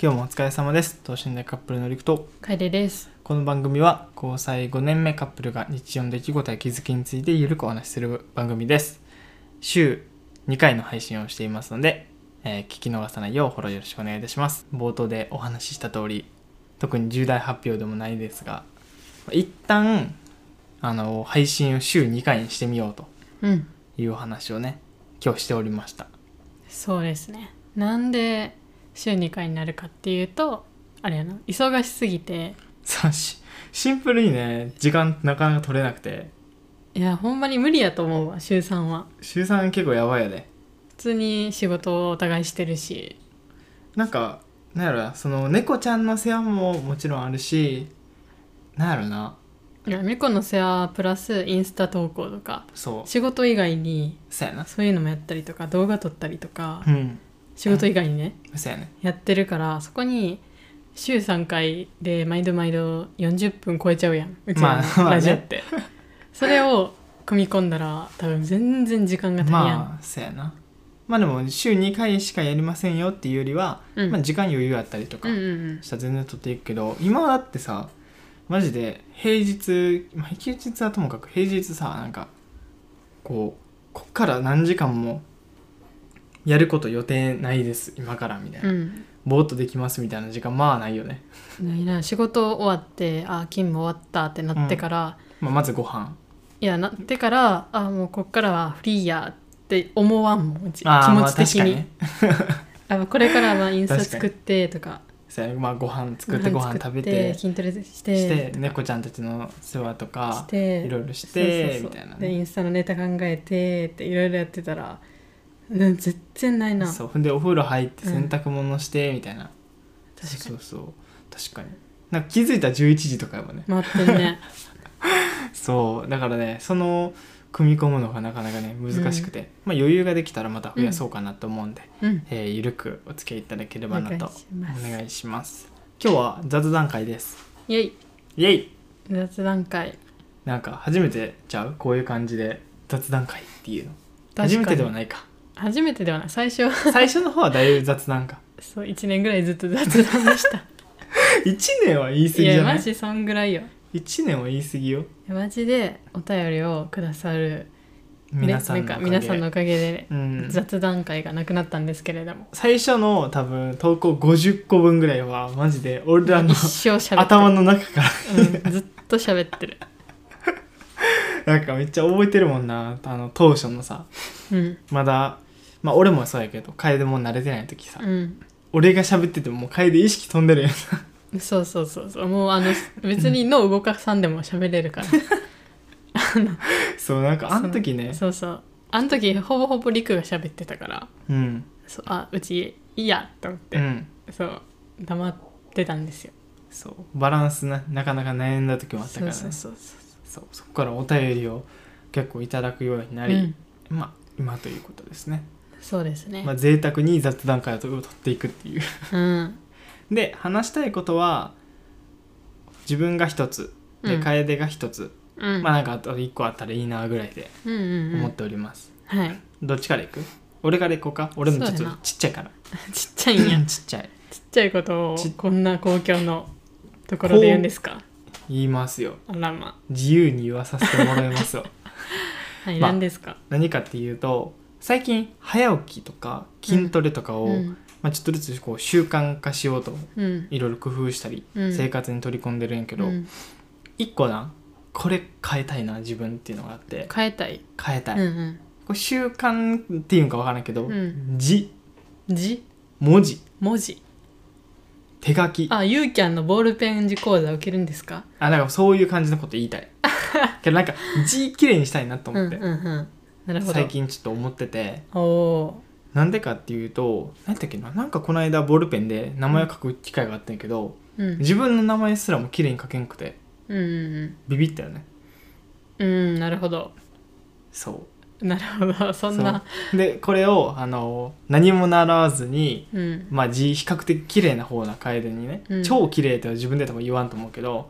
今日もお疲れ様です等身大カップルのりくと楓ですこの番組は交際5年目カップルが日常の出来事や気づきについてゆるくお話しする番組です週2回の配信をしていますので、えー聞き逃さないようフォローよろしくお願いいたします冒頭でお話しした通り特に重大発表でもないですが一旦あの配信を週2回にしてみようとうんいうお話をね今日しておりましたそうですねなんで週2回になるかっていうとあれやな忙しすぎてそうしシンプルにね時間なかなか取れなくていやほんまに無理やと思うわ週3は週3結構やばいよね普通に仕事をお互いしてるしなんかなんやろなその猫ちゃんの世話ももちろんあるしなんやろないや猫の世話プラスインスタ投稿とかそう仕事以外にそうやなそういうのもやったりとか動画撮ったりとかうん仕事以外にねそうやねやってるからそこに週3回で毎度毎度40分超えちゃうやんうちまあまあのねラジオって、それを組み込んだら多分全然時間が足りやん、まあそうやなまあでも週2回しかやりませんよっていうよりは、うんまあ、時間余裕あったりとかうんうんうんしたら全然取っていくけど、今はだってさマジで平日、まあ、休日はともかく平日さなんかこうこっから何時間もやること予定ないです今からみたいな、うんぼーっとできますみたいな時間まあないよねないな仕事終わってあ勤務終わったってなってから、まあ、まずご飯いやなってからあもうこっからはフリーやって思わんもんうち気あー持ち的に,、まあ、確かにねあこれからはインスタ 確かに作ってとかそうやねまあご飯作ってご飯食べて筋トレしてして猫ちゃんたちの世話としかていろいろしてそうそうそうみたいなでイねンスタのネタ考えてっていろいろやってたらうん絶対ないなそうほんでお風呂入ってう洗ん濯物してみたいな、確かそうそう確かになんか気づいたら11時とかやもんねに回って るねそうだからねその組み込むのがなかなかね難しくて、まあ余裕ができたらまた増やそうかなと思うんで、うんえーゆるくお付き合いいただければなとお願いしますお願いします今日は雑談会ですイェイイエイ雑談会なんか初めてちゃうこういう感じで雑談会っていうの初めてではなないいか初めてでは ない最初最初の方はだいぶ雑談 かそう1年ぐらいずっと雑談でした1年は 言い過ぎじいやゃなマいジそんぐらいよい1年は言い過ぎよやマジでお便りをくださる、ね皆さんのおなかんげか皆さんのおかげで、うん雑談会がなくなったんですけれども最初の多分投稿50個分ぐらいはマジで俺らの一生喋ってる頭の中かうん、ずっと喋ってるら なんかめっちゃ覚えてるもんなあの当初のさうんまだまあ俺もそうやけど楓も慣れてない時さ、うん俺が喋っててももう楓意識飛んでるやん そうそうそうそうもうあの別に脳動かさんでも喋れるからそうなんかあの時ねそうそうあの時ほぼほぼ陸が喋ってたからうんそうあうちいいやと思っうて、んそう黙ってたんですよそうバランスななかなか悩んだ時もあったそからうねそうそうそうそこからお便りを結構いただくようになそう、り、うんまあ今ということですね、そうですね、まあ、贅沢に雑談会を取っていくって いううんで話したいことは自分が一つうでん楓が一つ、うんまあなんかあと一個あったらいいなぐらいでうんうんう思っんております、はい どっちからいく俺からいこうか俺もちょっそとうやなちっちゃいからちっちゃいんやちっちゃいちっちゃいことをちこんな公共のところで言うんですか言いますよあらま自由に言わさせてもらいます よはい、まあ何ですか何かっていうと最近早起きとか筋トレとかを、うんまあ、ちょっとずつこう習慣化しようとうんいろいろ工夫したり、うん生活に取り込んでるんやけど、うん一個なこれ変えたいな自分っていうのがあって変えたい、変えたい、うんこれ習慣っていうんか分からんけど、うん字うん字文字文字手書きああ、ゆうきゃんのボールペン字講座受けるんですかなんかそういう感じのこと言いた いけどなんか字きれいにしたいなとうんう思っんて、うん。なるほど。最。近ちょっと思ってておおなんでかっていうと何だっけななんかこの間ボールペンで名前を書く機会があったんやけど、ー。うん。自分の名前すらもきれいに書けんくてうんうんビビったよねうん。うん、なるほど。そうなるほど。 そんな。そうでこれをあの何も習わずに、うん。まあ、字比較的綺麗な方な楓にね、うん超綺麗とは自分でとも言わんと思うけど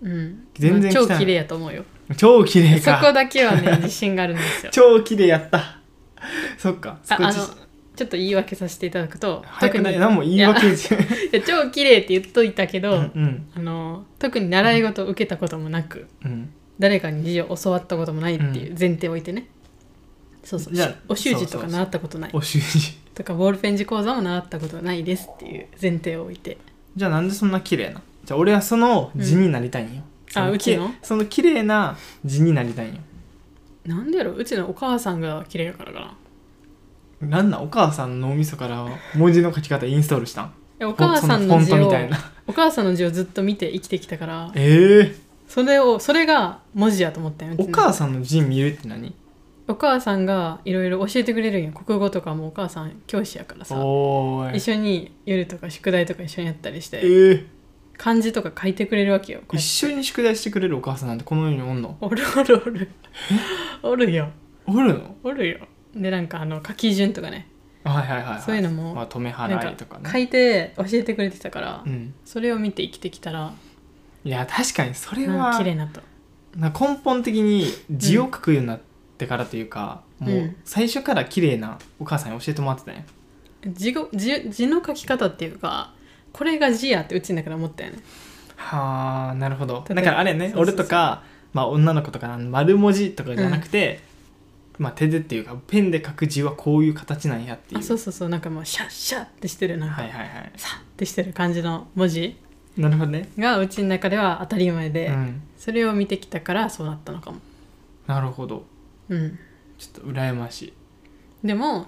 うん。全然汚い超綺麗やと思うよ。超綺麗そこか だけはね、自信があるんです よ。超綺麗やったそっかそあこあちのちょっと言い訳させていただくと早特くにない何も言い訳じゃん いや超綺麗って言っといたけど、うんうんあの特に習い事を受けたこともなくうん誰かに字を教わったこともないっていうう前提を置いてね、そうそうじゃあお習字そうとそかうそう習ったことないお習字 とかボールペン字講座も習ったことないですっていう前提を置いてじゃあなんでそんな綺麗なじゃあ俺はその字になりたいんよ、そあうきちのその綺麗な字になりたいんよなんでやろううちのお母さんが綺麗だからかななんなんお母さんの脳みそから文字の書き方インストールしたんえお母さんのフォン字トみをたい なお母さんの字をずっと見て生きてきたからええそれをそれが文字やと思ったようちおの母さんの字見るって何お母さんがいろいろ教えてくれるんよ国語とかもお母さん教師やからさおーい一緒に夜とか宿題とか一緒にやったりしえてー漢字とか書いてくれるわけよこう一やって緒に宿題してくれるお母さんなんてこの世におんのおるおるおるおるよおるのおるよでなんかあの書き順とかねはいはいはい、はい、そういうのもまあ、止めなん払いとかね書いて教えてくれてたから、うんそれを見て生きてきたらいや確かにそれなんはか綺麗なとな根本的に字を書くようになってからというか、うんもううん最初から綺麗なお母さんに教えてもらってたね字ご字字の書き方っていうかこれが字やってうちの中で思ったよねはあなるほど例だえばからあれねそうそうそう俺とか、まあ、女の子とか丸文字とかじゃなくて、まあ、手でっていうかペンで書く字はこういう形なんやっていうあそうそうそうなんかもうシャッシャッってしてるなんか、はいはいはいさってしてる感じの文字なるほどね、がうちの中では当たり前で、うん、それを見てきたからそうなったのかも、なるほどうん、ちょっと羨ましいでも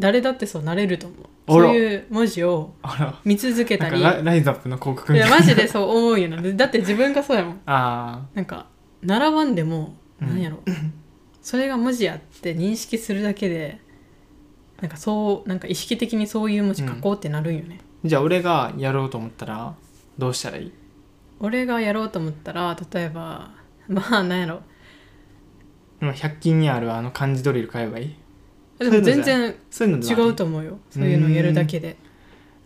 誰だってそうなれると思あうらそういう文字をあら見続けなたんりかいラライズアップの広告みたやいなマジでそう思うよなだって自分がそうやもんあなんか習わんでもうんなんやろ、それが文字やって認識するだけでなんかそうなんか意識的にそういう文字書こうってなるんよね、ーじゃあ俺がやろうと思ったらどうしたらいい俺がやろうと思ったら例えば まあなんやろ今100均にあるあの漢字ドリル買えばいいでもそういう全のじゃ然そういうの違でもありうと思うよそういうのをやるだけで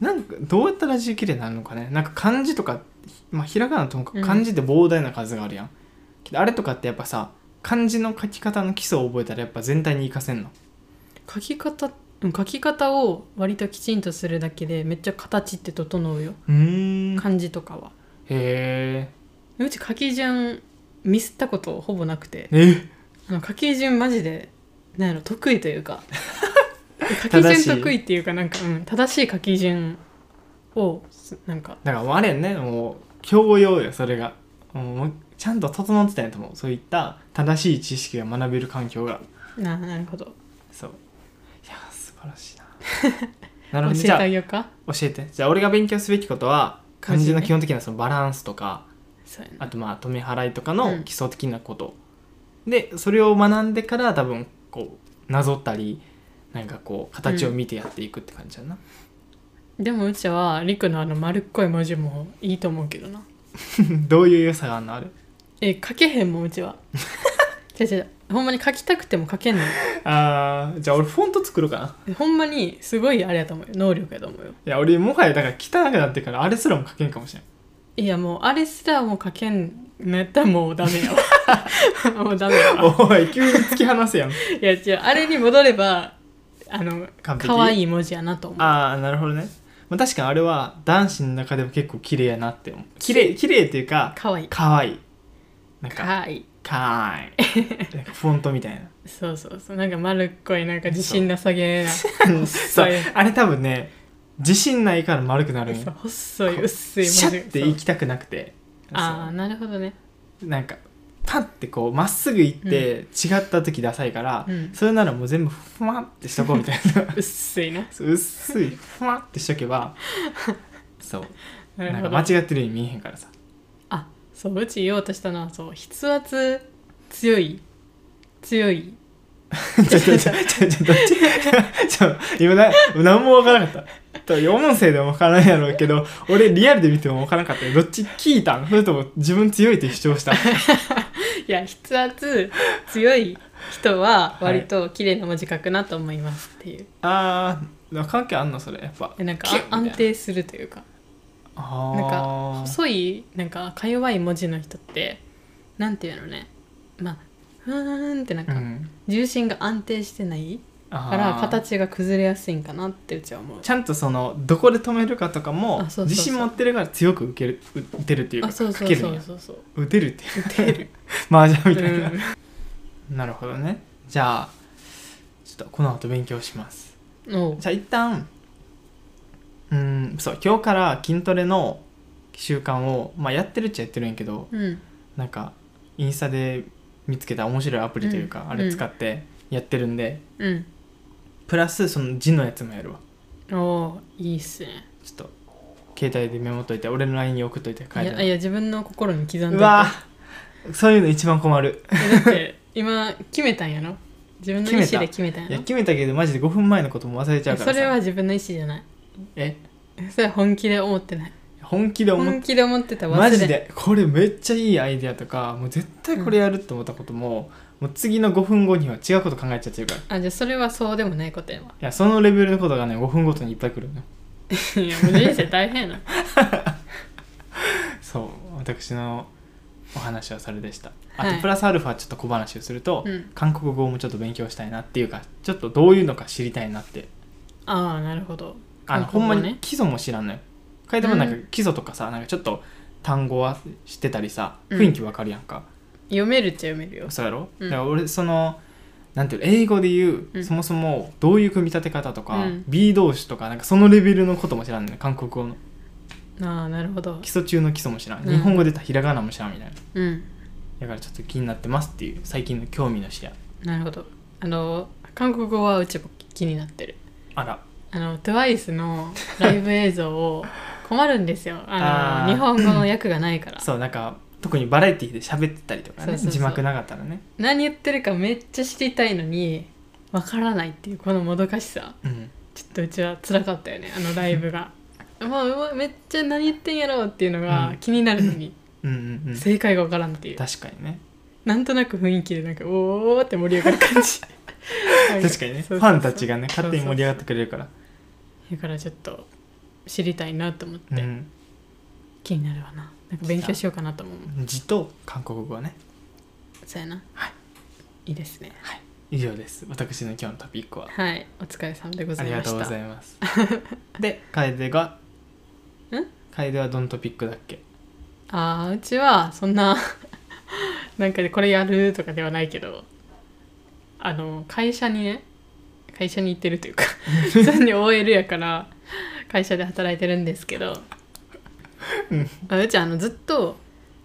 なんかどうやったら字綺麗になるのかねなんか漢字とか、まあ、ひらがなともかくうん漢字って膨大な数があるやん、けどあれとかってやっぱさ漢字の書き方の基礎を覚えたらやっぱ全体に活かせんの書き方うん書き方を割ときちんとするだけでめっちゃ形って整うようーんへ漢字とかはえうち書き順ミスったことほぼなくてえあの書き順マジでなんやろ得意とい うか書き正しい順得意っていうかなんか、うん、正しい書き順をすなんかだからもうあれやねもう教養よそれがもうちゃんと整ってたんやと思うそういった正しい知識が学べる環境がななるほどそういや素晴らしい ななるほ教どえじてゃああげようか教えてじゃあ俺が勉強すべきことは漢字の基本的なそのバランスとか、そうやなあとまあ止め払いとかうのん基礎的なこと、でそれを学んでから多分こうなぞったりなんかこう形を見てやっていくって感じだな、でもうちはりくのあの丸っこい文字もいいと思うけどな どういう良さがあるのあれえ書けへんもんう ちは違う違うほんまに書きたくても書けんのあーじゃあ俺フォント作ろうかないほんまにすごいあれやと思うよ能力やと思うよや俺もはやだから汚くなってからあれすらも書けんかもしれんいやもうあれすらも書けんのやったらもうダメや わもうダメやわ おい急に突き放すやんいや違うあれに戻ればあの完璧可愛い文字やなと思うああなるほどね、まあ、確かにあれは男子の中でも結構綺麗やなって思う綺麗綺麗っていうか可愛い可愛いなん可か愛い可愛 いなんかフォントみたいなそうそうそうなんか丸っこいなんか自信なさげなそう細いあれ多分ね自信ないから丸くなるんそうよ細い薄い文字シャッてそう行きたくなくてああなるほどねそうなんかパッてこうまっすぐ行って、違った時ダサいから、うんそれならもう全部ふわってしとこうみたいな薄いなそう薄いふわってしとけばそうななんるかほ間ど違ってるように見えへんからさあそううち言おうとしたのはそう筆圧強い強いちょちょちょちょちょどっちちょ今な何も分からなかったと音声でも分からんやろうけど俺リアルで見ても分からなかったよどっち聞いたんそれとも自分強いって主張したいや筆圧強い人は割と綺麗な文字書くなと思いますっていう、あー関係あんのそれやっぱでなんかキュッみたい安な定するというかあーなんか細いなんかか弱い文字の人ってなんていうのねまあふーんってなんうかん重心が安定してないあーから形が崩れやすいんかなってうちは思うちゃんとそのどこで止めるかとかもあそうそうそう自信持ってるから強く受けるう打てるっていうかあそうそかうけるそんうやそうそう打てるって打てる 麻雀みたいな、うんなるほどねじゃあちょっとこの後勉強しますおうじゃあ一旦うんそう今日から筋トレの習慣を、まあ、やってるっちゃやってるんやけどうんなんかインスタで見つけた面白いアプリというか、うんあれ使ってやってるんで、うんプラスその字のやつもやるわおういいっすねちょっと携帯でメモっといて俺の LINE に送っといて書いいてあやるいや自分の心に刻んでうわそういうの一番困るだって今決めたんやろ自分の意思で決めたんいややろ決めたけどマジで5分前のことも忘れちゃうからそされは自分の意思じゃないえそれは本気で思ってない本気で思っ本気で思ってたら忘れマジでこれめっちゃいいアイデアとかもう絶対これやるって思ったことも、もう次の5分後には違うこと考えちゃってるからいあじゃあそれはそうでもないことやわやそのレベルのことがね5分ごとにいっぱい来るのいやもう人生大変やなそう私のお話はそれでした、あはといプラスアルファちょっと小話をすると、うん韓国語もちょっと勉強したいなっていうかちょっとどういうのか知りたいなって ああなるほどあの、韓ほん国語まねに基礎も知らんのよ書いてもなんかう基礎とかさなんかちょっと単語は知ってたりさうん雰囲気わかるやんか、読めるっちゃ読めるよそうやろ、うんだから俺そのなんていうの英語で言う、うんそもそもどういう組み立て方とか、うん B 動詞とかなんかそのレベルのことも知らんのよ韓国語のああなるほど基礎中の基礎も知らん、うん日本語で言ったらひらがなも知らんみたいなうんだからちょっと気になってますっていう最近の興味の視野なるほどあの韓国語はうちも気になってるあらあの TWICE のライブ映像を困るんですよあのあー日本語の訳がないからそうなんか特にバラエティで喋ってたりとかねそうそうそう字幕なかったらね何言ってるかめっちゃ知りたいのにわからないっていうこのもどかしさうんちょっとうちは辛かったよねあのライブ がまあうわめっちゃ何言ってんやろうっていうのうがん気になるのに、うんうんうん正解がわからんっていう確かにねなんとなく雰囲気でなんかおーって盛り上がる 感じ確かにねフそうそうそうァンたちがね勝手に盛り上がってくれるからだからちょっと知りたいなと思って、うん気になるわななんか勉強しようかなとも思う字と韓国語はねそうやなはいいいですね以上です私の今日のトピックははいお疲れ様でごあざいりまがしたとうございます で楓が楓はどのトピックだっけあーうちはそんな なんかでこれやるとかではないけどあの会社にね会社に行ってる というか普通に OL やから会社で働いてるんですけどうんあうちあのずっと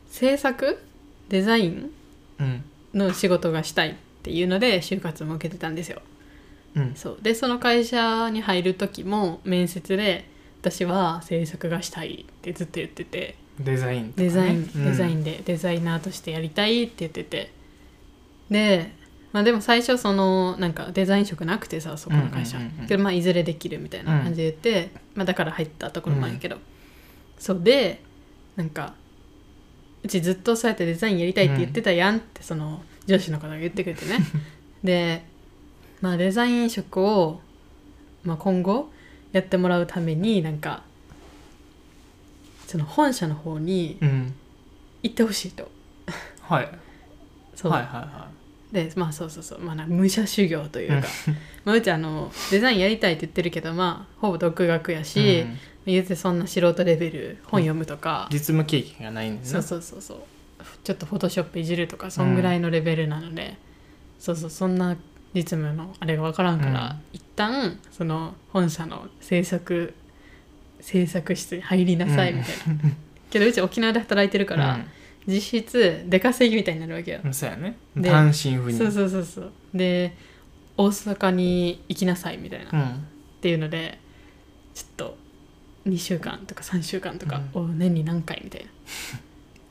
制作デザインうんの仕事がしたいっていうので就活も受けてたんですようんそうでその会社に入る時も面接で私は制作がしたいってずっと言っててデザインとかねデザイン、うんデザインでデザイナーとしてやりたいって言っててで、まあ、でも最初そのなんかデザイン職なくてさそこの会社、うんうんうんうんけどまあいずれできるみたいな感じで言って、まあ、だから入ったところもあるけど、そうでなんかうちずっとそうやってデザインやりたいって言ってたやんってその上司の方が言ってくれ てねで、まあ、デザイン職を、まあ、今後やってもらうためになんかその本社の方にうん行ってほしいとはいそう、はいはいはでまあそうそうそうまあなんか武者修行というか、まあ、うちあのデザインやりたいって言ってるけどまあほぼ独学やいし、うん言うてそんな素人レベル本読むとか、実務経験がないんですそうそうそうそうちょっとフォトショップいじるとかそんぐらいのレベルなので、そうそうそんな実務のあれが分からんから、うん一旦その本社の制作制作室に入りなさいみたいな、 けどうち沖縄で働いてるから、実質出稼ぎみたいになるわけよ、うんそうやねで単身赴任そうそうそうそうで大阪に行きなさいみたいな、うっんていうのでちょっと2週間とか3週間とかを年に何回みたいな、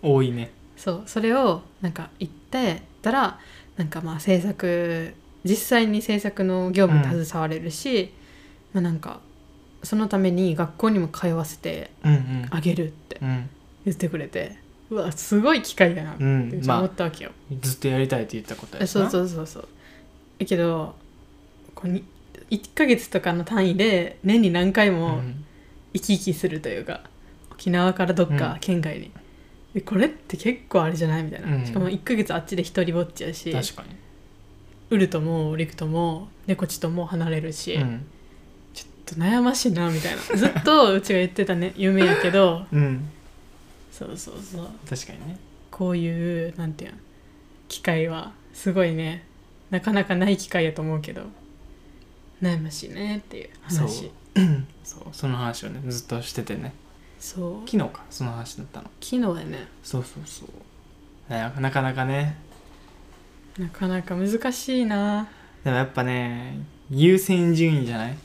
多いねそうそれをなんか行ってたらなんかまあ制作実際に制作の業務に携われるし、まあなんかそのために学校にも通わせてうんあげるってうん言ってくれてうわすごい機会だなっうてんうんちょっと思まったわけよ、あずっとやりたいって言ったことやしそうなそうそうそうだけどこうに1ヶ月とかの単位で年に何回もん行き来するというか、沖縄からどっか県外に、でこれって結構あれじゃないみたいな、うんしかも1ヶ月あっちで一人ぼっちやし確かにウルとも陸ともこちともう離れるし、うんちょっと悩ましいなみたいなずっとうちが言ってたね夢やけどうんそうそうそう確かにねこういうなんていうの機会はすごいねなかなかない機会やと思うけど悩ましいねっていう話そそうう そうその話をねずっとしててね昨昨日かその話だったの日やねそうそうそうななかなかねなかなか難しいなでもやっぱね優先順位じゃない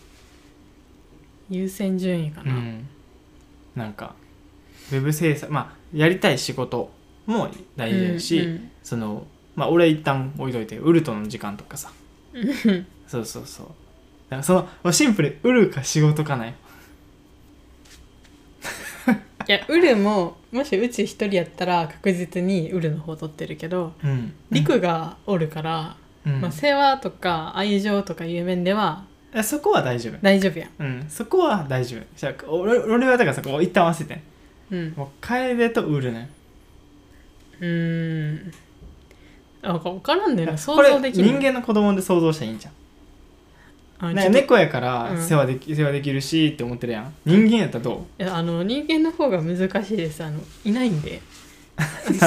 優先順位かうな、んなんかウェブ制作まあやりたい仕事も大事だし、うんそのまあ俺一旦置いといてウルトの時間とかさうんそうそうそうだからそのもうシンプルにウルか仕事かないいやウルももしうち一人やったら確実にウルの方取ってるけどうんリクがおるから、うんまあ、世話とか愛情とかいう面ではえそこは大丈夫大丈夫やん、うんそこは大丈夫じゃあ俺俺はだからそこを一旦合わせてうん、もう楓とウルねうーんなんか分からんねんな想これ像できない人間の子供で想像したらいいんじゃんなあんちかょっと猫やからうん世話でき、世話できるしって思ってるやん人間やったらどいやあの人間の方が難しいですあのいないん で想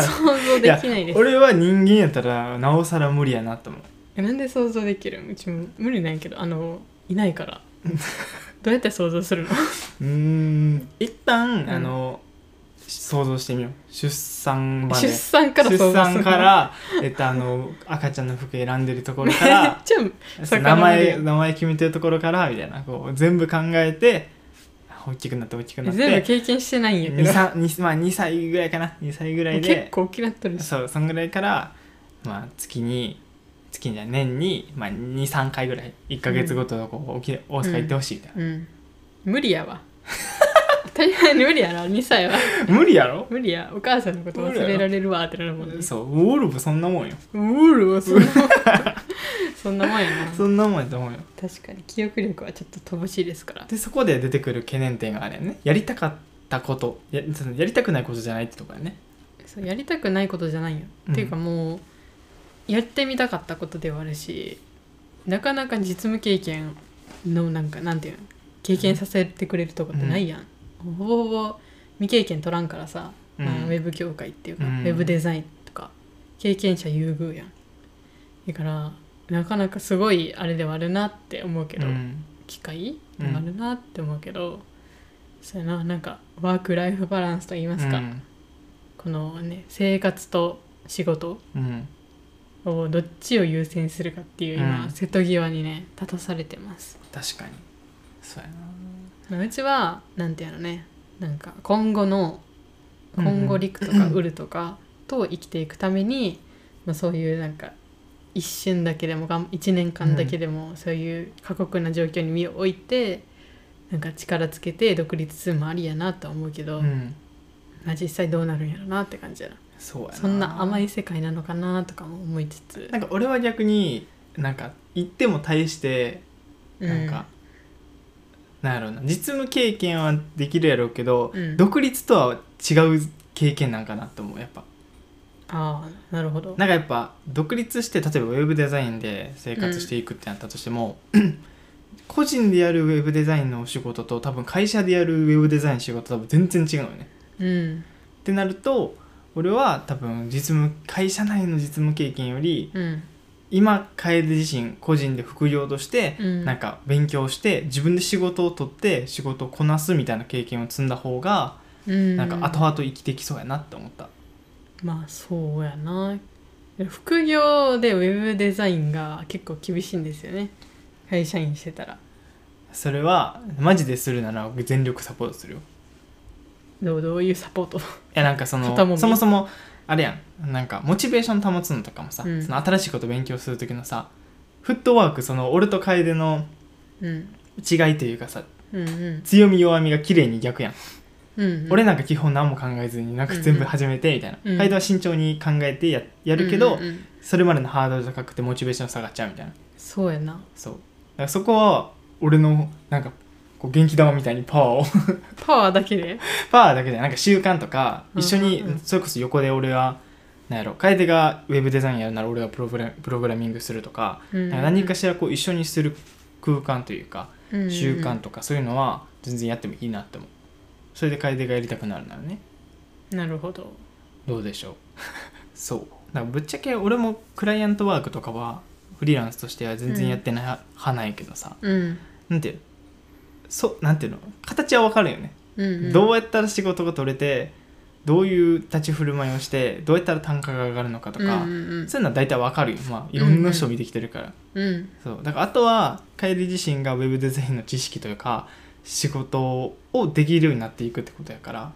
像うできないでやす俺は人間やったらなおさら無理やなと思うえなんで想像できるんうちも無理なんやけどあのいな いからどうやって想像するのうーん一旦、うんあの想像してみよう出産まで出産から想出像するの産 から、えっと、あの赤ちゃんの服選んでるところかめっ らちゃそう名前名前決めてるところからみたいなこう全部考えて大きくなって大きくなって全部経験してないんやけ2どさんにまあ、2歳ぐらいかな2歳ぐらい結で構大きなっとるしそうそんぐらいから、まあ、月に月にじゃない年に、まあ、23回ぐらい1か月ごとこう、沖大阪行ってほしいみたいうん無理やわ大変無理やな2歳はな、無理やろ無理やお母さんのこと忘れられるわってなるもんねそうウォールもそんなもんようるわそんなもん そんなもんやなそんなもんやと思うよ確かに記憶力はちょっと乏しいですからでそこで出てくる懸念点があれやねやりたかったことやそのやりたくないことじゃないってとこやねそうやりたくないことじゃないよ、うんっていうかもうやってみたかったことではあるしなかなか実務経験のなんかなんていうの経験させてくれるとこってないやん、ほぼほぼ未経験取らんからさ、まうあんウェブ業界っていうか、うんウェブデザインとか経験者優遇やんだからなかなかすごいあれではあるなって思うけど、うん機会ではあるなって思うけど、そうやななんかワーク・ライフ・バランスと言いますか、うんこのね生活と仕事うんをどっちを優先するかっていう今、うん瀬戸際にね立たされてます確かにそうやなまあうちはなんていうのねなんか今後のうんうん今後陸とかウルとかと生きていくために、まあ、そういうなんか一瞬だけでもがん一年間だけでもそういう過酷な状況に身を置いて、なんか力つけて独立するのもありやなとは思うけど、うんまあ、実際どうなるんやろなって感じやなそうやなそんな甘い世界なのかなとかも思いつつなんか俺は逆になんか行っても大してうなんか、なんやろうな実務経験はできるやろうけど、うん独立とは違う経験なんかなと思うやっぱああなるほどなんかやっぱ独立して例えばウェブデザインで生活していくってなったとしても、 個人でやるウェブデザインのお仕事と多分会社でやるウェブデザインの仕事多分全然違うよねうんってなると俺は多分実務会社内の実務経験よりうん今楓自身個人で副業としてうんなんか勉強して自分で仕事を取って仕事をこなすみたいな経験を積んだ方がうんなんか後々生きてきそうやなって思った、まあそうやな副業でウェブデザインが結構厳しいんですよね会社員してたらそれはマジでするなら全力サポートするよどうどういうサポートいやなんかその肩もみそもそもあれやんなんかモチベーション保つのとかもさ、うんその新しいこと勉強する時のさフットワークその俺と楓のうん違いというかさうんうん強み弱みが綺麗に逆やん、うんうん俺なんか基本何も考えずになんか全部始めてみたいな、うんうん楓は慎重に考えてややるけど、うんうんうんそれまでのハードル高くてモチベーション下がっちゃうみたいなそうやなそうだからそこは俺のなんかこう元気玉みたいにパワーをパワーだけでパワーだけじゃないなんか習慣とかうん一緒にうんうんそれこそ横で俺はなんやろ楓がウェブデザインやるなら俺がプログラプログラミングするとか,、うん何かしらこう一緒にする空間というか、うん習慣とかそういうのは全然やってもいいなって思うそれで楓がやりたくなるならねなるほどどうでしょう そうだからぶっちゃけ俺もクライアントワークとかはフリーランスとしては全然やってない派なんやけどさ、うんなんていうのそうなんていうの形はわかるよねうんうんどうやったら仕事が取れてどういう立ち振る舞いをしてどうやったら単価が上がるのかとか、うんうんうんそういうのは大体わかるよ、まあ、いろんな人見てきてるから、うんそうだからあとは楓自身がウェブデザインの知識というか仕事をできるようになっていくってことやから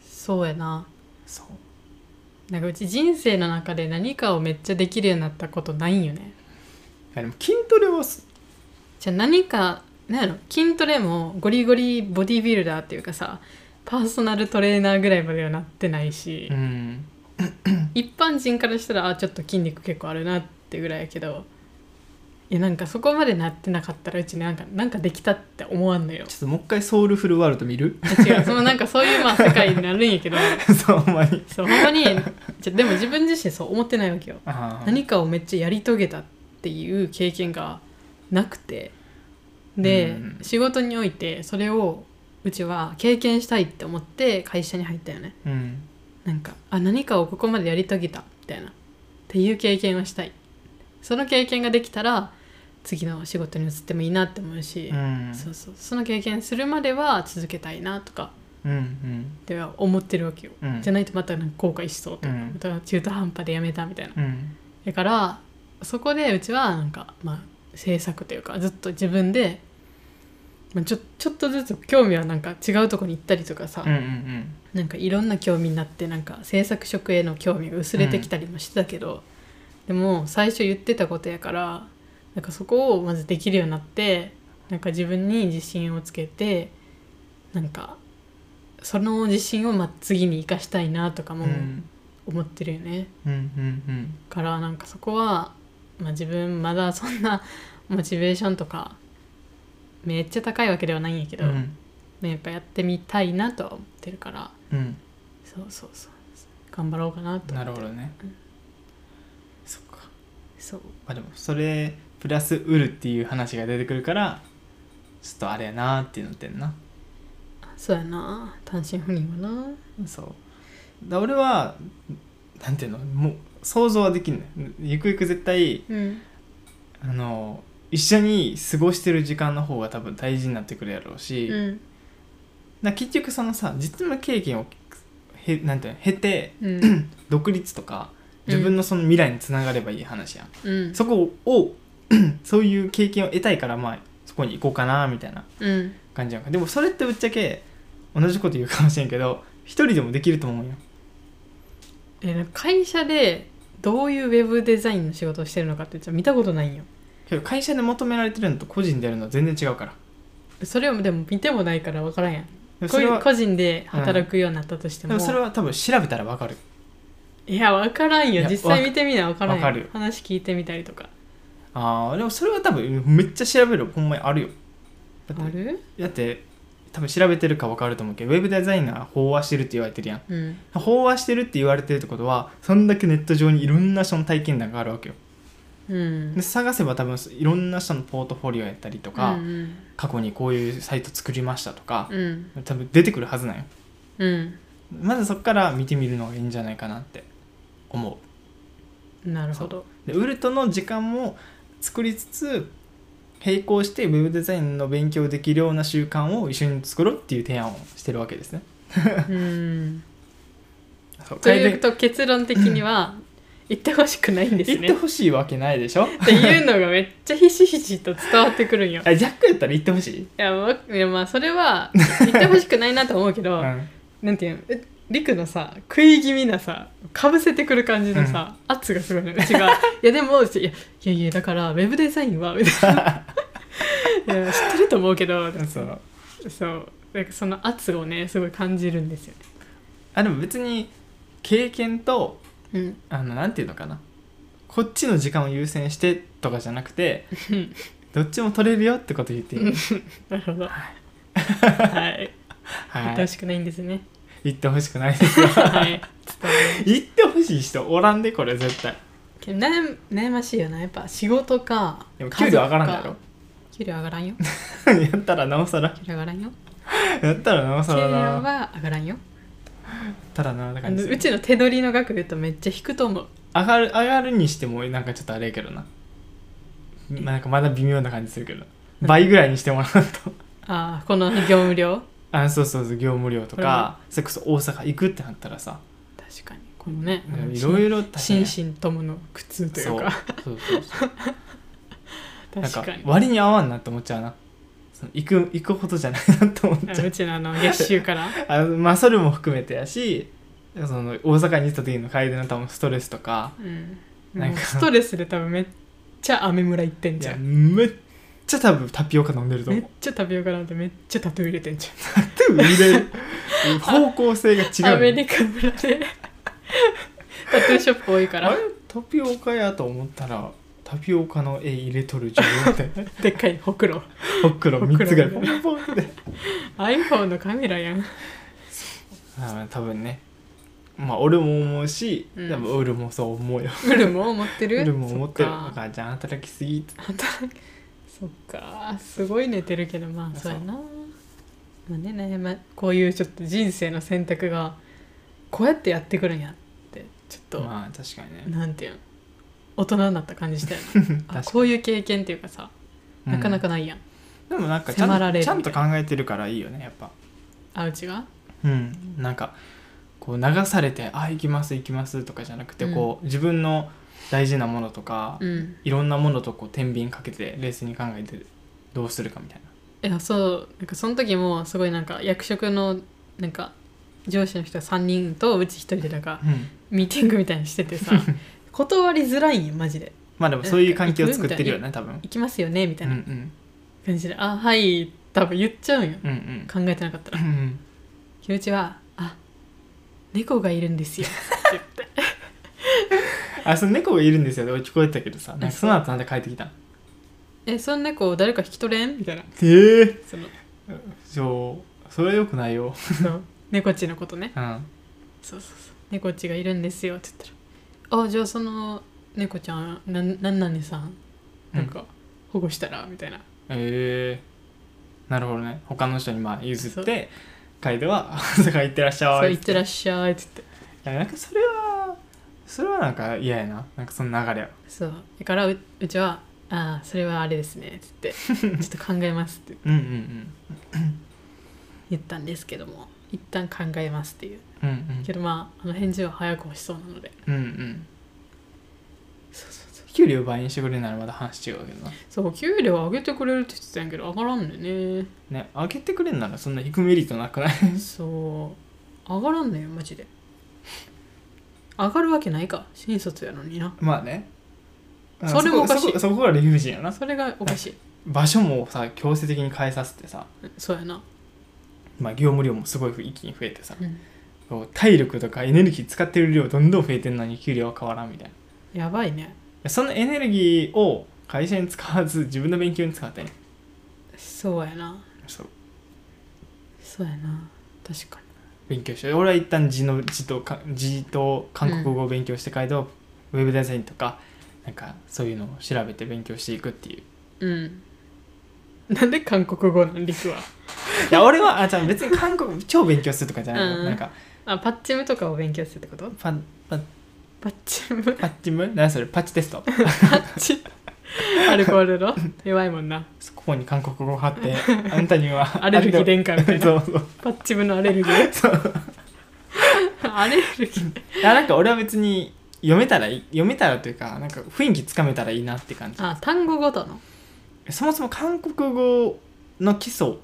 そうやなそうなんかうち人生の中で何かをめっちゃできるようになったことないんよねいやでも筋トレはすじゃあ何かなんやろ筋トレもゴリゴリボディビルダーっていうかさパーソナルトレーナーぐらいまではなってないし、うん一般人からしたらあちょっと筋肉結構あるなってぐらいやけどいやなんかそこまでなってなかったらうちなんかなんかできたって思わんのよちょっともう一回ソウルフルワールド見る 違うそのなんかそういうまあ世界になるんやけどそうほんまにそうほんまにじゃでも自分自身そう思ってないわけよあー何かをめっちゃやり遂げたっていう経験がなくてで、うん仕事においてそれをうちは経験したいって思って会社に入ったよねうんなんかあ何かをここまでやり遂げたみたいなっていう経験をしたいその経験ができたら次の仕事に移ってもいいなって思うしう、んそうそうその経験するまでは続けたいなとかうんっては思ってるわけよ、うんじゃないとまたなんか後悔しそうとか、うんまた中途半端でやめたみたいなうんうんだからそこでうちはなんか、まあ、制作というかずっと自分で、まあ、ちょちょっとずつ興味はなんか違うとこに行ったりとかさ、うんうんなんかいろんな興味になってなんか制作職への興味が薄れてきたりもしてたけど、でも最初言ってたことやからなんかそこをまずできるようになってなんか自分に自信をつけてなんかその自信をまあ次に生かしたいなとかうんもうん思ってるよね。うんうんからなんかそこは、まあ、自分まだそんな モチベーションとかめっちゃ高いわけではないんやけど、うんうんねやっぱやってみたいなとは思ってるからうんそうそうそう頑張ろうかなと思なってるほどねうんそっかそうまあでもそれプラス売るっていう話が出てくるからちょっとあれやなーってなってんなそうやな単身赴任はなそうだ俺はなんていうのもう想像はできんねゆくゆく絶対うんあの一緒に過ごしてる時間の方が多分大事になってくるやろうし、うんな結局そのさ実務経験をへなんていうの経て うん独立とか自分のその未来につながればいい話やん、うんそこを そういう経験を得たいからまあそこに行こうかなみたいなうん感じやんかでもそれってぶっちゃけ同じこと言うかもしれんけど一人でもできると思うよえなんか会社でどういうウェブデザインの仕事をしてるのかってじゃ見たことないんよけど会社で求められてるのと個人でやるのは全然違うからそれをでも見てもないから分からんやんでもこそうれいうは個人で働くようになったとしてでも,、もそれは多分調べたらわかるいや分からんいよや実際見てみな分からんよわかる話聞いてみたりとかああでもそれは多分めっちゃ調べるほんまにあるよだってあるだって多分調べてるかわかると思うけどウェブデザイナー飽和してるって言われてるやんうん飽和してるって言われてるってことはそんだけネット上にいろんな人の体験談があるわけようんで探せば多分いろんな人のポートフォリオやったりとか、うん過去にこういうサイト作りましたとかう、ん多分出てくるはずなんようん、まずそこから見てみるのがいいんじゃないかなって思うん、なるほどうでウルトの時間も作りつつ並行してウェブデザインの勉強できるような習慣を一緒に作ろうっていう提案をしてるわけですねうんそうというと結論的には言ってほしくないんです言ってねほしいわけないでしょっていうのがめっちゃひしひしと伝わってくるんよあジャックやったら言ってほしい、いやわいやまあそれは言ってほしくないなと思う けうど、ん、なんていうのえりくのさ食い気味なさかぶせてくる感じのさ、圧がすごいのうち がいやでもうちいやいやいやだからウェブデザインはみたい ないや知ってると思うけどそうそうなんかその圧をねすごい感じるんですよあでも別に経験と ねあのなんていうのかなこっちの時間を優先してとかじゃなくてどっちも取れるよってこと言っていい、なるほどはいは言いってほしくないんですね行ってほしくないです よはい伝わり行ってほしい人おらんでこれ絶対けど悩悩ましいよなやっぱ仕事かでも給料上がらんだろ給料上がらんよやったらなおさら給料上がら んよやったらなお給さ料らなやっは上がらんよたらなだあからのうちの手取りの額で言うとめっちゃ引くと思う上がる上がるにしてもなんかちょっとあれやけどなまあなんかまだ微妙な感じするけど倍ぐらいにしてもらう とああこの業務量あそうそうそう業務量とかそれこそ大阪行くってなったらさ確かにこのねなんかいろいろ大変や心身ともの苦痛というかそうそうそうなん確かかに割に合わんなって思っちゃうなその行く行くほどじゃないなって思っちゃあのううちのあの月収からあのまあそれも含めてやしその大阪に行った時の楓の多分ストレスとかうんなんかもうストレスで多分めっちゃ雨村行ってんいじゃやんめっちゃ多分タピオカ飲んでるとめ思っうちゃタピオカなんてめっちゃタトゥー入れてんじ多分入れる方向性が違ゃんアうメよねリカ村でタトゥーショップ多いかあられタピオカやと思ったらタピオカの絵入れとる自分って でっかいほくろほくろ3つぐらいポンポンって iPhone のカメラ やんあ多分ねまあ俺も思うし、うん多分俺もそう思うよウルも持ってる俺も思ってるおそっか母ちゃん働きすぎって働きそっかすごい寝てるけどまあそそううやなまあねね、まあ、こういうちょっと人生の選択がこうやってやってくるんやってちょっと、まあ確かにねなんていうの大人になった感じ したよなかにあこういう経験っていうかさなかなかないやん、うんでもなんかちゃん迫られるちゃんと考えてるからいいよねやっぱあうちがうんなんかこう流されて「あ行きます行きます」とかじゃなくて、うんこう自分の大事なものとか、うんいろんなものとこう天秤かけて冷静に考えてどうするかみたいないやそうなんかその時もすごいなんか役職のなんか上司の人が3人とうち1人でなんかうん、ミーティングみたいにしてて さ断りづらいんやマジでまあでもそういう環境を作ってるよね多分行きますよねみたういんうなん感じで、あはい多分言っちゃうんようんうん考えてなかったらうん気持ちはあ猫がいるんですよ あその猫がいるんですよで俺聞こえてたけどさなんかその後なんで帰ってきたのえその猫誰か引き取れんみたいなええそのそうそれよくないよその猫ちのことねうんそうそうそう猫ちがいるんですよって言ったらあじゃあその猫ちゃんなんなんなんにさんなんか保護したらみたいなええなるほどね他の人にまあ譲って楓は「大阪行ってらっしゃそうい」行ってらっしゃいって言っていやなんかそれはそれはなんか嫌やななんかその流れはそうだからううちはあそれはあれですねって言 ってちょっと考えますってうんうん言ったんですけども一旦考えますっていううんうんけどまああの返事は早く欲しそうなのでうんうんうんそうそうそう給料倍にしてくれるならまだ話違うけどなそう給料上げてくれるって言ってたんやけど上がらんねんね上げてくれんならそんな引くメリットなくない ねそう上がらんねんよマジで上がるわけないか新卒やのになまあねうんそれもおかしいそこそこそこが理不尽やなそれがおかしい場所もさ強制的に変えさせてさ、そうやな、まあ、業務量もすごい一気に増えてさうんこう体力とかエネルギー使ってる量どんどん増えてんのに給料は変わらんみたいやばいねなそのエネルギーを会社に使わず自分の勉強に使ってねそうやなそうそうやな確か勉強して俺は一旦字の字とか字と韓国語を勉強してからと、ウェブデザインとかなんかそういうのを調べて勉強していくっていうにうんなんで韓国語なん陸はいや俺はあじゃあ別に韓国超勉強するとかじゃないの、うんなんかあパッチムとかを勉強するってことパパパッチムパッチム何それパッチテストパッチ アルコールの弱いもんなここに韓国語を貼ってあんたには アレルギー伝家みたいなそうそうパッチムのアレルギー アレルギーいやなんか俺は別に読めたらいい読めたらというかなんか雰囲気つかめたらいいなって感じあ単語ごとのそもそも韓国語の基礎っ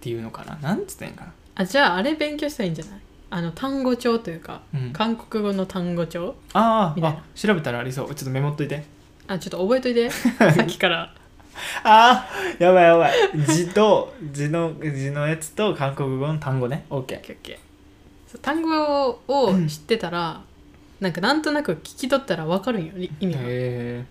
ていうのかななんつったんやんかなあじゃああれ勉強したらいいんじゃないあの単語帳というか、うん韓国語の単語帳あみーたいなあ調べたらありそうちょっとメモっといてあちょっと覚えと いてさっきからああやばいやばい字と字の字のやつと韓国語の単語ね OK そう単語を知ってたら、なんかなんとなく聞き取ったら分かるんより意味が、へ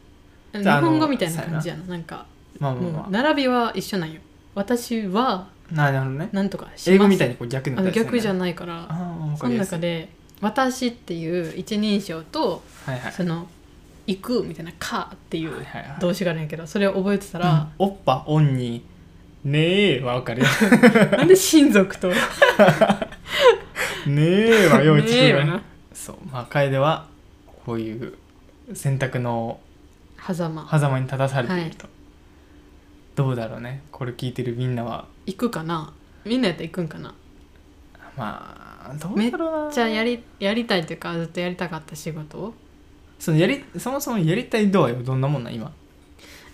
え日本語みたいな感じやななんかまあまあもうまあ並びは一緒なんよ私はなるほどねなんとかします英語みたいにこう逆にあの逆じゃないないからああ分そかのりやす中いで「私」っていう一人称とはいはいその「行く」みたいな「か」っていはいうはいはい動詞があるんやけどそれを覚えてたうんら、おっぱおんにねえはわかるよなんで親族 とねねえはよう聞えくはよなねそうまあ楓はこういう選択の狭間狭間に立たされていると、どうだろうねこれ聞いてるみんなは行くかなみんなやったら行くんかなまあどうだろうなじゃあやりやりたいというかずっとやりたかった仕事をそのやりそもそもやりたい度合いはどんなもんなん今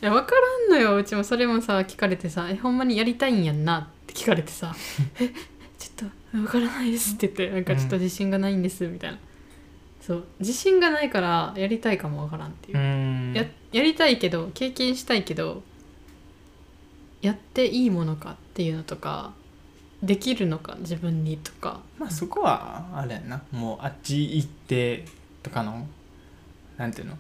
いや分からんのようちもそれもさ聞かれてさ「えほんまにやりたいんやんな」って聞かれ てさ「えちょっと分からないです」って言ってなんかちょっと自信がないんですみたいな、そう自信がないからやりたいかも分からんっていうう、ーんややりたいけど経験したいけどやっていいものかっていうのとかできるのか自分にとかまあそこはあれやなもうあっち行ってとかのなんていうの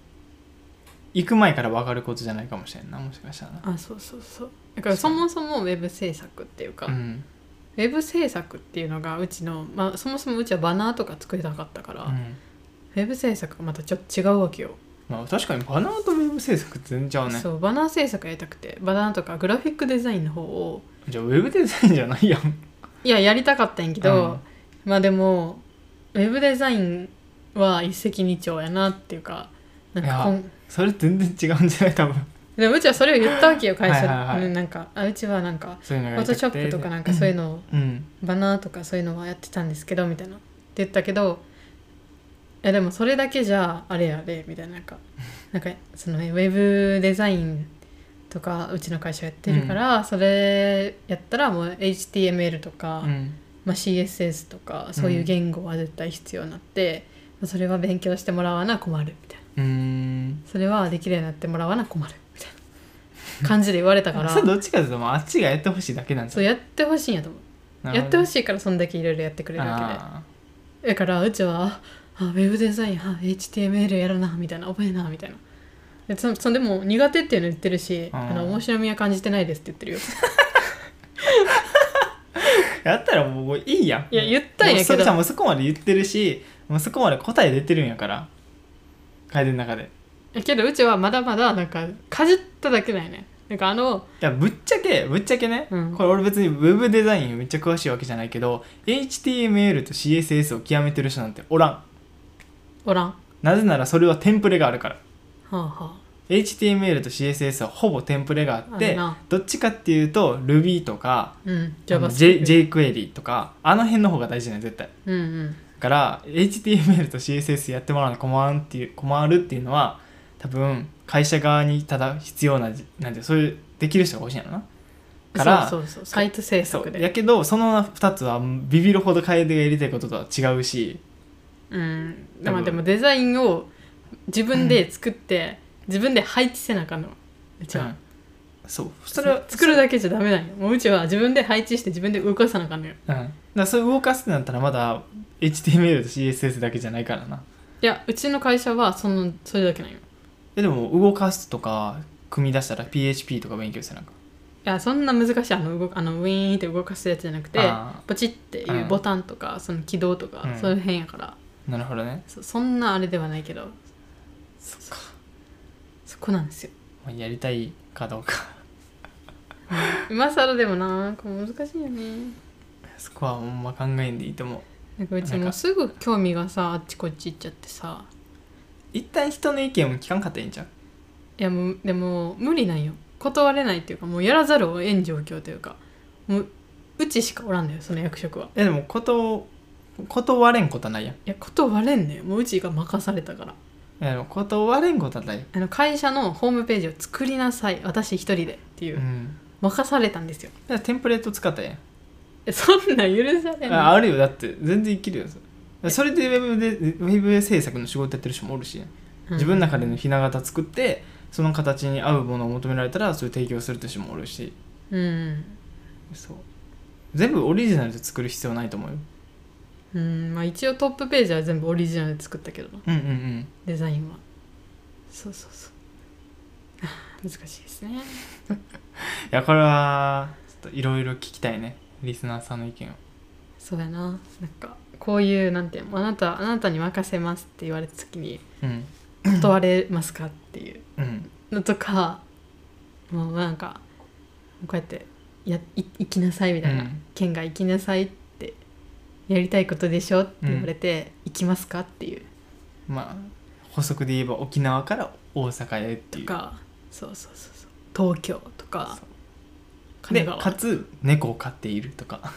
行く前から分かることじゃないかもしれんなもしかしたらなあそうそうそうだからそもそもウェブ制作っていうか、うんウェブ制作っていうのがうちの、まあ、そもそもうちはバナーとか作りたかったから、うウんェブ制作がまたちょっと違うわけよ、まあ確かにバナーとウェブ制作全然ちゃうねそうバナー制作やりたくてバナーとかグラフィックデザインの方をじゃあウェブデザインじゃないやんいややりたかったんやけど、まあでもウェブデザインは一石二鳥やなっていうかなんかこんそれ全然違うんじゃない多分でもうちはそれを言ったわけよ会社にはいはいはいうんなんかあうちはなんかそういうのフがォトショップとかなんかそういうののをうんバナーとかそういうのはやってたんですけどみたいなって言ったけどいやでもそれだけじゃあれやあれみたいななんかなんかそのウェブデザインとかうちの会社やってるから、それやったらもう HTML とか、うんまあ、CSS とかそういう言語は絶対必要になって、まあそれは勉強してもらわな困るみたいなうーんそれはできるようになってもらわな困るみたい な感じで言われたからそれどっちかというともうあっちがやってほしいだけなんじそゃうやってほしいんやと思うなやってほいしいからそんだけいろいろやってくれるわあけでだからうちはあウェブデザインあ HTML やるなみたいな覚えなみたいなでそそんでも苦手っていうの言ってるしああーの面白みは感じてないですって言ってるよーやったらもういいやんいや言ったんやけどもうそもうそこまで言ってるしもうそこまで答え出てるんやから楓の中でやけどうちはまだまだなんかかじっただけだよねなんかあのいやぶっちゃけぶっちゃけね、うんこれ俺別にウェブデザインめっちゃ詳しいわけじゃないけど HTML と CSS を極めてる人なんておらんおらんはなぜならそれはテンプレがあるからあは HTML と CSS はほぼテンプレがあっあてるなどっちかっていうと Ruby とかあうんあの J- JQuery とかあの辺の方が大事ね絶対うんうんだから HTML と CSS やってもらうの困るっていう困るっていうのは多分会社側にただ必要なじなんていうそういうできる人が欲しいんやろなからそうそうそうサイト制そ作うでやけどその2つはビビるほど楓がやりたいこととは違うしうん、多まあ分でもデザインを自分で作って、自分で配置せなあかんのうちは、うんそうそれは作るだけじゃダメなんよもううちは自分で配置して自分で動かさなあかんのようんだからそれ動かすってなったらまだ HTML と CSS だけじゃないからないやうちの会社はそのそれだけなんよえでも動かすとか組み出したら PHP とか勉強してなんかいやそんな難しいあの動くあのウィーンって動かすやつじゃなくてあポチっていうボタンとか、その起動とか、うんその辺やからなるほどねそそんなあれではないけどそっかそこなんですよまあやりたいかどうか 今更でもなんか難しいよねそこはほんま考えんでいいと思うなんかうちなんもかうすぐ興味がさあっちこっち行っちゃってさ一旦人の意見も聞かんかったらいいんちゃういやもうでも無理なんよ断れないっていうかもうやらざるを得ん状況というかもううちしかおらんのよその役職はえでもこと断れんことはないやんいや断れんねんもううちが任されたからえでも断れんことはないよあの会社のホームページを作りなさい私一人でっていうう、ん任されたんですよだからテンプレート使ったらええやんえそんなん許されあないあるよだって全然生きるよそれそれでウェブでウェブ制作の仕事やってる人もおるし、うん自分の中でのひな形作ってその形に合うものを求められたらそれ提供するって人もおるしうん、そう全部オリジナルで作る必要ないと思うようん、まあ一応トップページは全部オリジナルで作ったけどなうんうんうんデザインはそう そうそうあー難しいですねいやこれはといろいろ聞きたいねリスナーさんの意見をそうやななんかこういうなんていうのあなたあなたに任せますって言われた時 にうん断れますかっていううんのとかもうなんかこうやってやい行きなさいみたいな、うん県外行きなさいってやりたいことでしょって言われて、行きますかっていうまあ補足で言えば沖縄から大阪へってというかそうそうそうそう東京とかそう神で奈か川つ猫を飼っているとか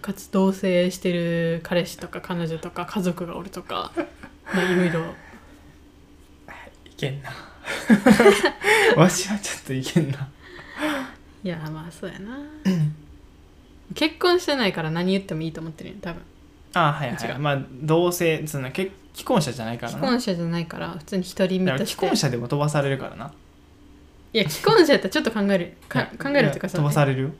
かつ同棲してる彼氏とか彼女とか家族がおる とかまあいろいろいけんな わしはちょっといけんないやまあそうや な結婚してないから何言ってもいいと思ってるよ多分あはいは違いうまあ同性そのけ既婚者じゃないから既な婚者じゃないから普通に独り身だからと既して婚者でも飛ばされるからないや既婚者やったらちょっ と考えるかいや考えるっていうかいや飛ばされるよ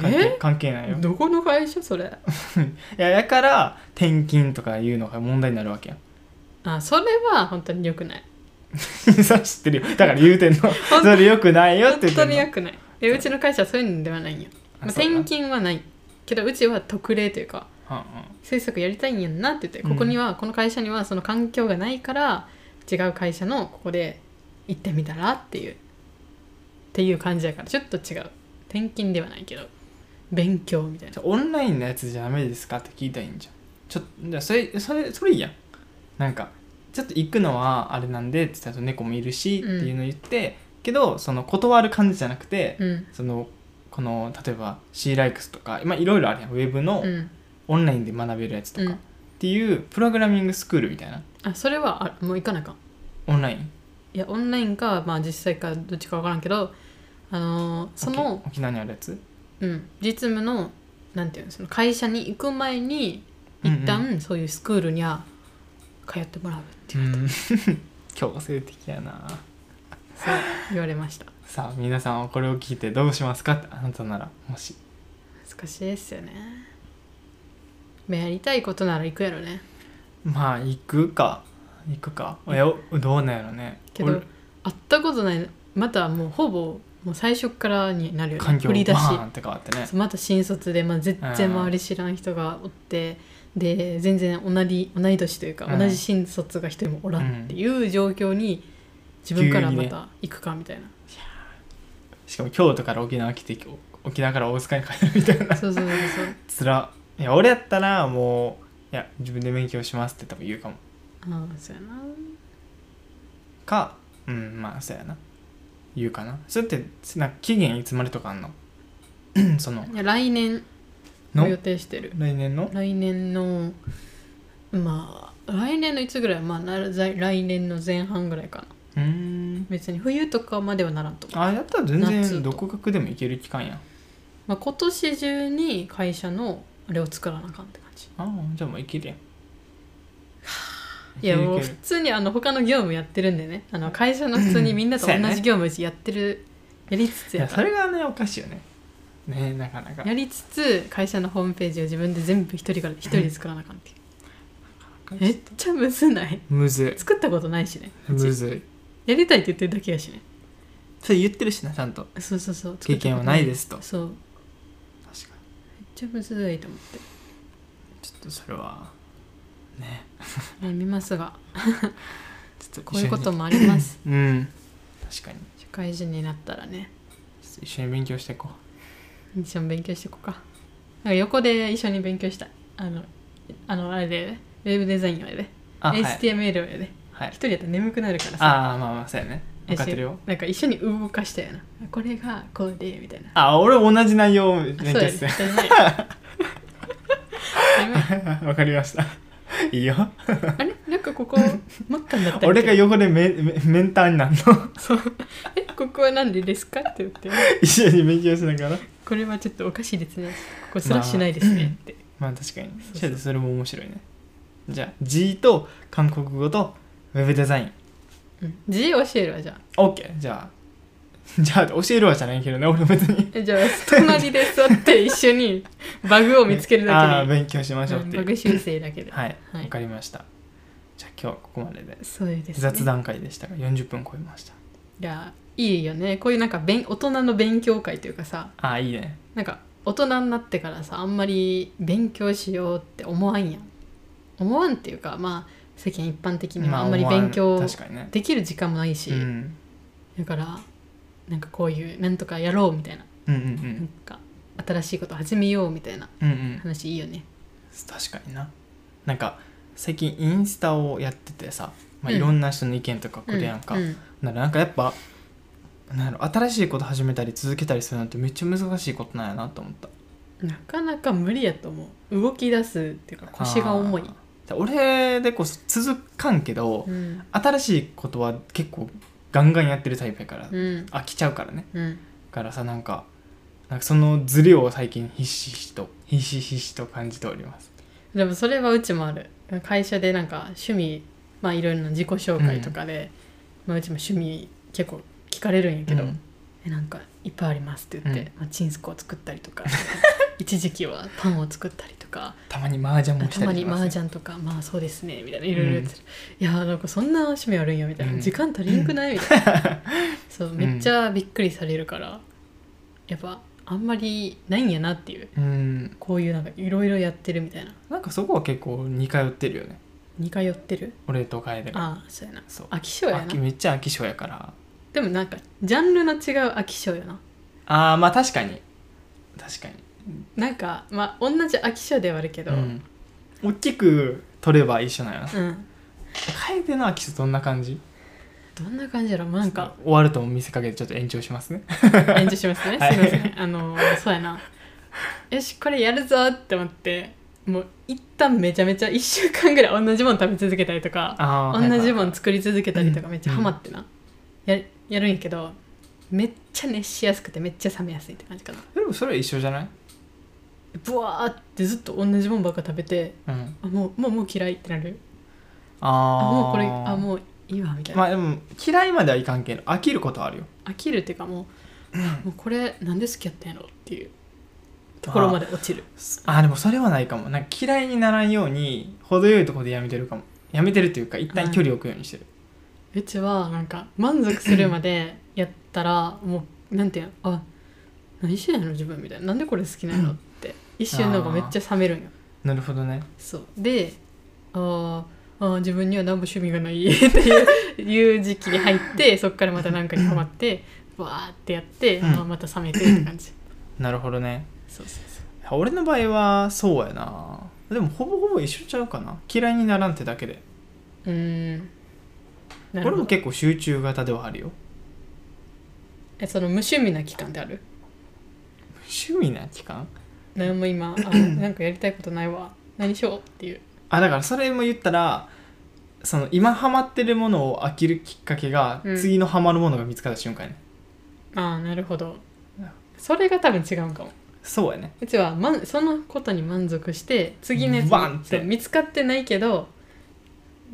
関係え関係ないよどこの会社それいやだから転勤とかいうのが問題になるわけやん あそれは本当に良くないそれ知ってるよだから言うてんの 本それよくないよっ本て言って当んにの良くないでうちの会社はそういうのではないんよ、まあ、あそうだ転勤はないけどうちは特例というかうんうん制作やりたいんやんなって言って、うんここにはこの会社にはその環境がないから違う会社のここで行ってみたらっていうっていう感じだからちょっと違う転勤ではないけど勉強みたいなじゃあオンラインのやつじゃダメですかって聞いたらいいんじゃんちょっとじゃあそれそれそれいいやんなんかちょっと行くのはあれなんでって言ったらその猫もいるし、うんっていうの言ってけどその断る感じじゃなくて、うんそのこの例えば C ライクスとかまあいろいろあるやんウェブのうんオンラインで学べるやつとうか、んっていうプログラミングスクールみたいなあそれはあもう行かなあかんオンラインいやオンラインか、まあ、実際かどっちか分からんけど、あのーその沖、沖縄にあるやつうん、実務のなんていうのその会社に行く前にうん一うん旦そういうスクールには通ってもらうってうん 強制的やなそう言われましたさあ皆さんはこれを聞いてどうしますかってあなたならもし難しいですよねまあやりたいことなら行くやろねまあ行くか行くかいやどうなんやろねけど俺会ったことないまたもうほぼもう最初からになるよね環境振り出しバーンって変わってねそうまた新卒で、まあ、全然周り知らん人がおって、で全然同じ同い年というか、うん同じ新卒が一人もおらんっていう状況に自分からまた行くかみたいな、しかも京都から沖縄来てき沖縄から大塚に帰るみたいなそうそうそうつらいや俺やったらもういや自分で勉強しますって多分言うかもそうああそうやなかうんまあそうやな言うかなそれってなんか期限いつまでとかあんの そのいや来年をの予定してる来年の来年のまあ来年のいつぐらいまあなざい来年の前半ぐらいかなうーん別に冬とかまではならんと思う、あやったら全夏然とどこ学でも行ける期間やまあ、今年中に会社のあれを作らなあかんって感じああじゃあもう行けるやんいや行けもうる行け普る通にあの他の業務やってるんでねあの会社の普通にみんなと同そうやねじ業務やってるやりつついややかそられがねおかしいよねねなかなかやりつつ会社のホームページを自分で全部一人から一人で作らなあかんっていうめっちゃむずないむず作ったことないしねいむずいやりたいって言ってるだけやしねそれ言ってるしなちゃんとそうそうそう経験はないですすと確そうめっかにちゃむずいと思ってちょっとそれはね悩みますがちょっとこ一緒ういうにこともあります うん確かに社会人になったらねちょっと一緒に勉強していこ一緒に勉強していこうかなんか横で一緒に勉強したいあのあのあれでウェブデザインをやでうあはい HTML をやではい一人やったら眠くなるからさああまあまあそうやね分かってるよなんか一緒に動かしたよなこれがこうでみたいなあ俺同じ内容を勉強そうやしてねあ わかりました いいよれなんかここ持ったんだったっけ俺が横でメメメンターになるの えここは何でですかって言って一緒に勉強しながらこれはちょっとおかしいですねここスラッシュないですねって、まあ確かにそうそうやってそれも面白いねじゃあ G と韓国語とウェブデザインうん、字教えるわじゃあ OK じゃあ じゃあ教えるわじゃないけどね俺別にえじゃあ隣で座って一緒にバグを 見つけるあだあけで勉強しましょうっうんていバうグ修正だけで、はいはわいかりましたじゃあ今日はここまででそうです、ね、雑談会でしたが40分超えましたじゃあいいよねこういうなんか勉大人の勉強会というかさああいいねなんか大人になってからさあんまり勉強しようって思わんやん思わんっていうかまあ世間一般的にはあんまり思わ勉強確かにねできる時間もないし、うんだからなんかこういうなんとかやろうみたいなうんうなんんか新しいこと始めようみたいなうんうんうん話いいよね確かにななんか最近インスタをやっててさ、まあ、うんいろんな人の意見とかこれやんか、うんならなんかやっぱなんやろ新しいこと始めたり続けたりするなんてめっちゃ難しいことなんやなと思ったうんなかなか無理やと思う動き出すっていうか腰が重いあー俺でこそ続かんけど、うん新しいことは結構ガンガンやってるタイプやから、うん飽きちゃうからねうんだからさなんかなんかそのズレを最近ひしひしとひしひしと感じておりますでもそれはうちもある会社でなんか趣味まあいろいろな自己紹介とかで、うまあ、うちも趣味結構聞かれるんやけど、うんえなんかいっぱいありますって言って、うんまあ、チンスコを作ったりとか 一時期はパンを作ったりとかたまに麻雀もしたたまりにし麻ますよ雀とかまあそうですねみたいないろいろ言ってる、いやーなんかそんな趣味あるんやみたいな、うん時間足りんくないみたいなそうめっちゃびっくりされるから、やっぱあんまりないんやなっていううんこういうなんかいろいろやってるみたいななんかそこは結構似通ってるよね似通ってる俺と楓がああそうやなそう飽き性や飽きなめっちゃ飽き性やからでもなんかジャンルの違う飽き性やなあーまあ確かに確かになんかまあ同じ飽き性ではあるけど、ううんん大きく取れば一緒なんやな楓の飽き性どんな感じどんな感じやろまあなんか終わると見せかけてちょっと延長し ますね演じしますねはいすいませんあのそうやなよしこれやるぞって思ってもう一旦めちゃめちゃ1週間ぐらい同じもの食べ続けたりとかあー同じもはいはいの作り続けたりとかうんめっちゃハマってな、ややるんやけどめっちゃ熱しやすくてめっちゃ冷めやすいって感じかなでもそれは一緒じゃないブワーってずっと同じもんばっか食べてうんあもうもうもう嫌いってなるあああもうこれあもういいわみたいな、まあでも嫌いまではいかんけど飽きることはあるよ飽きるっていうかも うあもうこれなんで好きやったんやろっていうところまで落ちるあーでもそれはないかもなんか嫌いにならんように程よいところでやめてるかもやめてるっていうか一旦距離を置くようにしてる、うちはなんか満足するまでやったらもうなんていうのあ何してんの自分みたいななんでこれ好きなのって一瞬なんかめっちゃ冷めるんよなるほどねそうであーあー自分には何も趣味がない っていういう時期に入ってそこからまた何かにハマってわーってやって、うんあーまた冷めてって感じなるほどねそうそうそう俺の場合はそうやなでもほぼほぼ一緒ちゃうかな嫌いにならんってだけでうーんな俺るほもど結構集中型ではあるよえその無趣味な期間ってある趣味な期間何も今 あなんかやりたいことないわ何しようっていうあだからそれも言ったらその今ハマってるものを飽きるきっかけが、うん次のハマるものが見つかった瞬間やねああなるほどそれが多分違うんかもそうやねうちは、ま、そのことに満足して次のやつにバンってそう見つかってないけど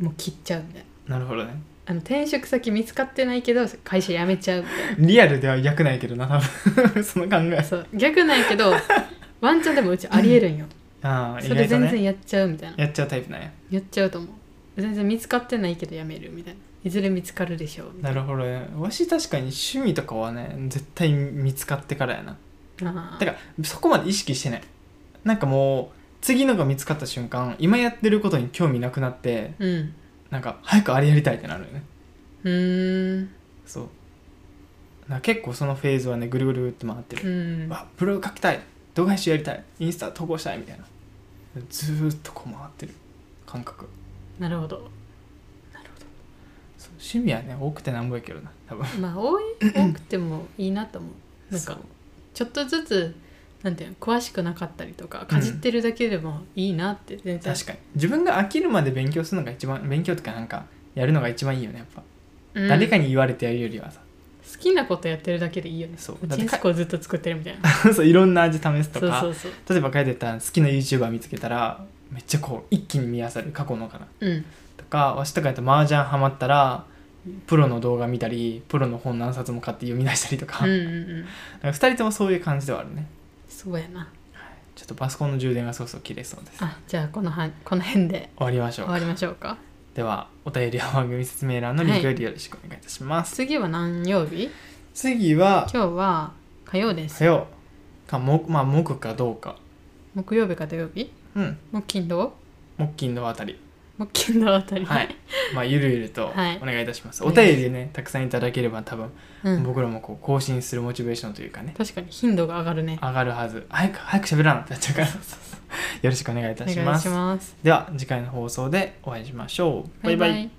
もう切っちゃうみたいななるほどねあの転職先見つかってないけど会社辞めちゃうみたいリアルでは逆ないけどな多分 その考なえそう逆なんやけどワンチャンでもうちありえるんよああ意それ外と全ね然やっちゃうみたいなやっちゃうタイプなんややっちゃうと思う全然見つかってないけど辞めるみたいないずれ見つかるでしょうみたいなるほどねわし確かに趣味とかはね絶対見つかってからやななあだからそこまで意識してないなんかもう次のが見つかった瞬間今やってることに興味なくなってうんなんか早くあれやりたいってなるよねうーんそうなんか結構そのフェーズはねぐるぐるって回ってうる、んわブログ書きたい動画編集やりたいインスタ投稿したいみたいなずーっとこう回ってる感覚なるほどそう趣味はね多くてなんぼやけどな多分まあ多い多くてもいいなと思うなんそうかちょっとずつなんていうの詳しくなかったりとかかじってるだけでもいいなって全然、確かに自分が飽きるまで勉強するのが一番勉強とかなんかやるのが一番いいよねやっぱ、うん誰かに言われてやるよりはさ 好きなことやってるだけでいいよねそうチンスコをずっと作ってるみたいなそういろんな味試す とそうかそうそう例えば書いてた好きな YouTuber 見つけたらめっちゃこう一気に見やされる過去のからうんとかわしとかやったら麻雀ハマったらプロの動画見たりプロの本何冊も買って読み出したりとか,、うんうなんかん2うん人ともそういう感じではあるねそうやなちょっとパソコンの充電がそろそろ切れそうです終あじゃあこのはこの辺でわりましょう終かわりましょうかではお便りは番組説明欄のリンクよりよろしくお願いいたします、次は何曜日次は今日は火曜です火曜か木,、まあ、木かどうか木曜日か土曜日うん木金土木金のあたり木金土あたり はい、まあゆるゆるとおはい願いいたします、おお願いしま便すりでねたくさんいただければ多分、うん、僕らもこう更新するモチベーションというかね確かに頻度が上がるね上がるはず早く早く喋らなってなっちゃうからよろしくお願いいおた願いししまますすでは次回の放送でお会いしましょうバイバイイ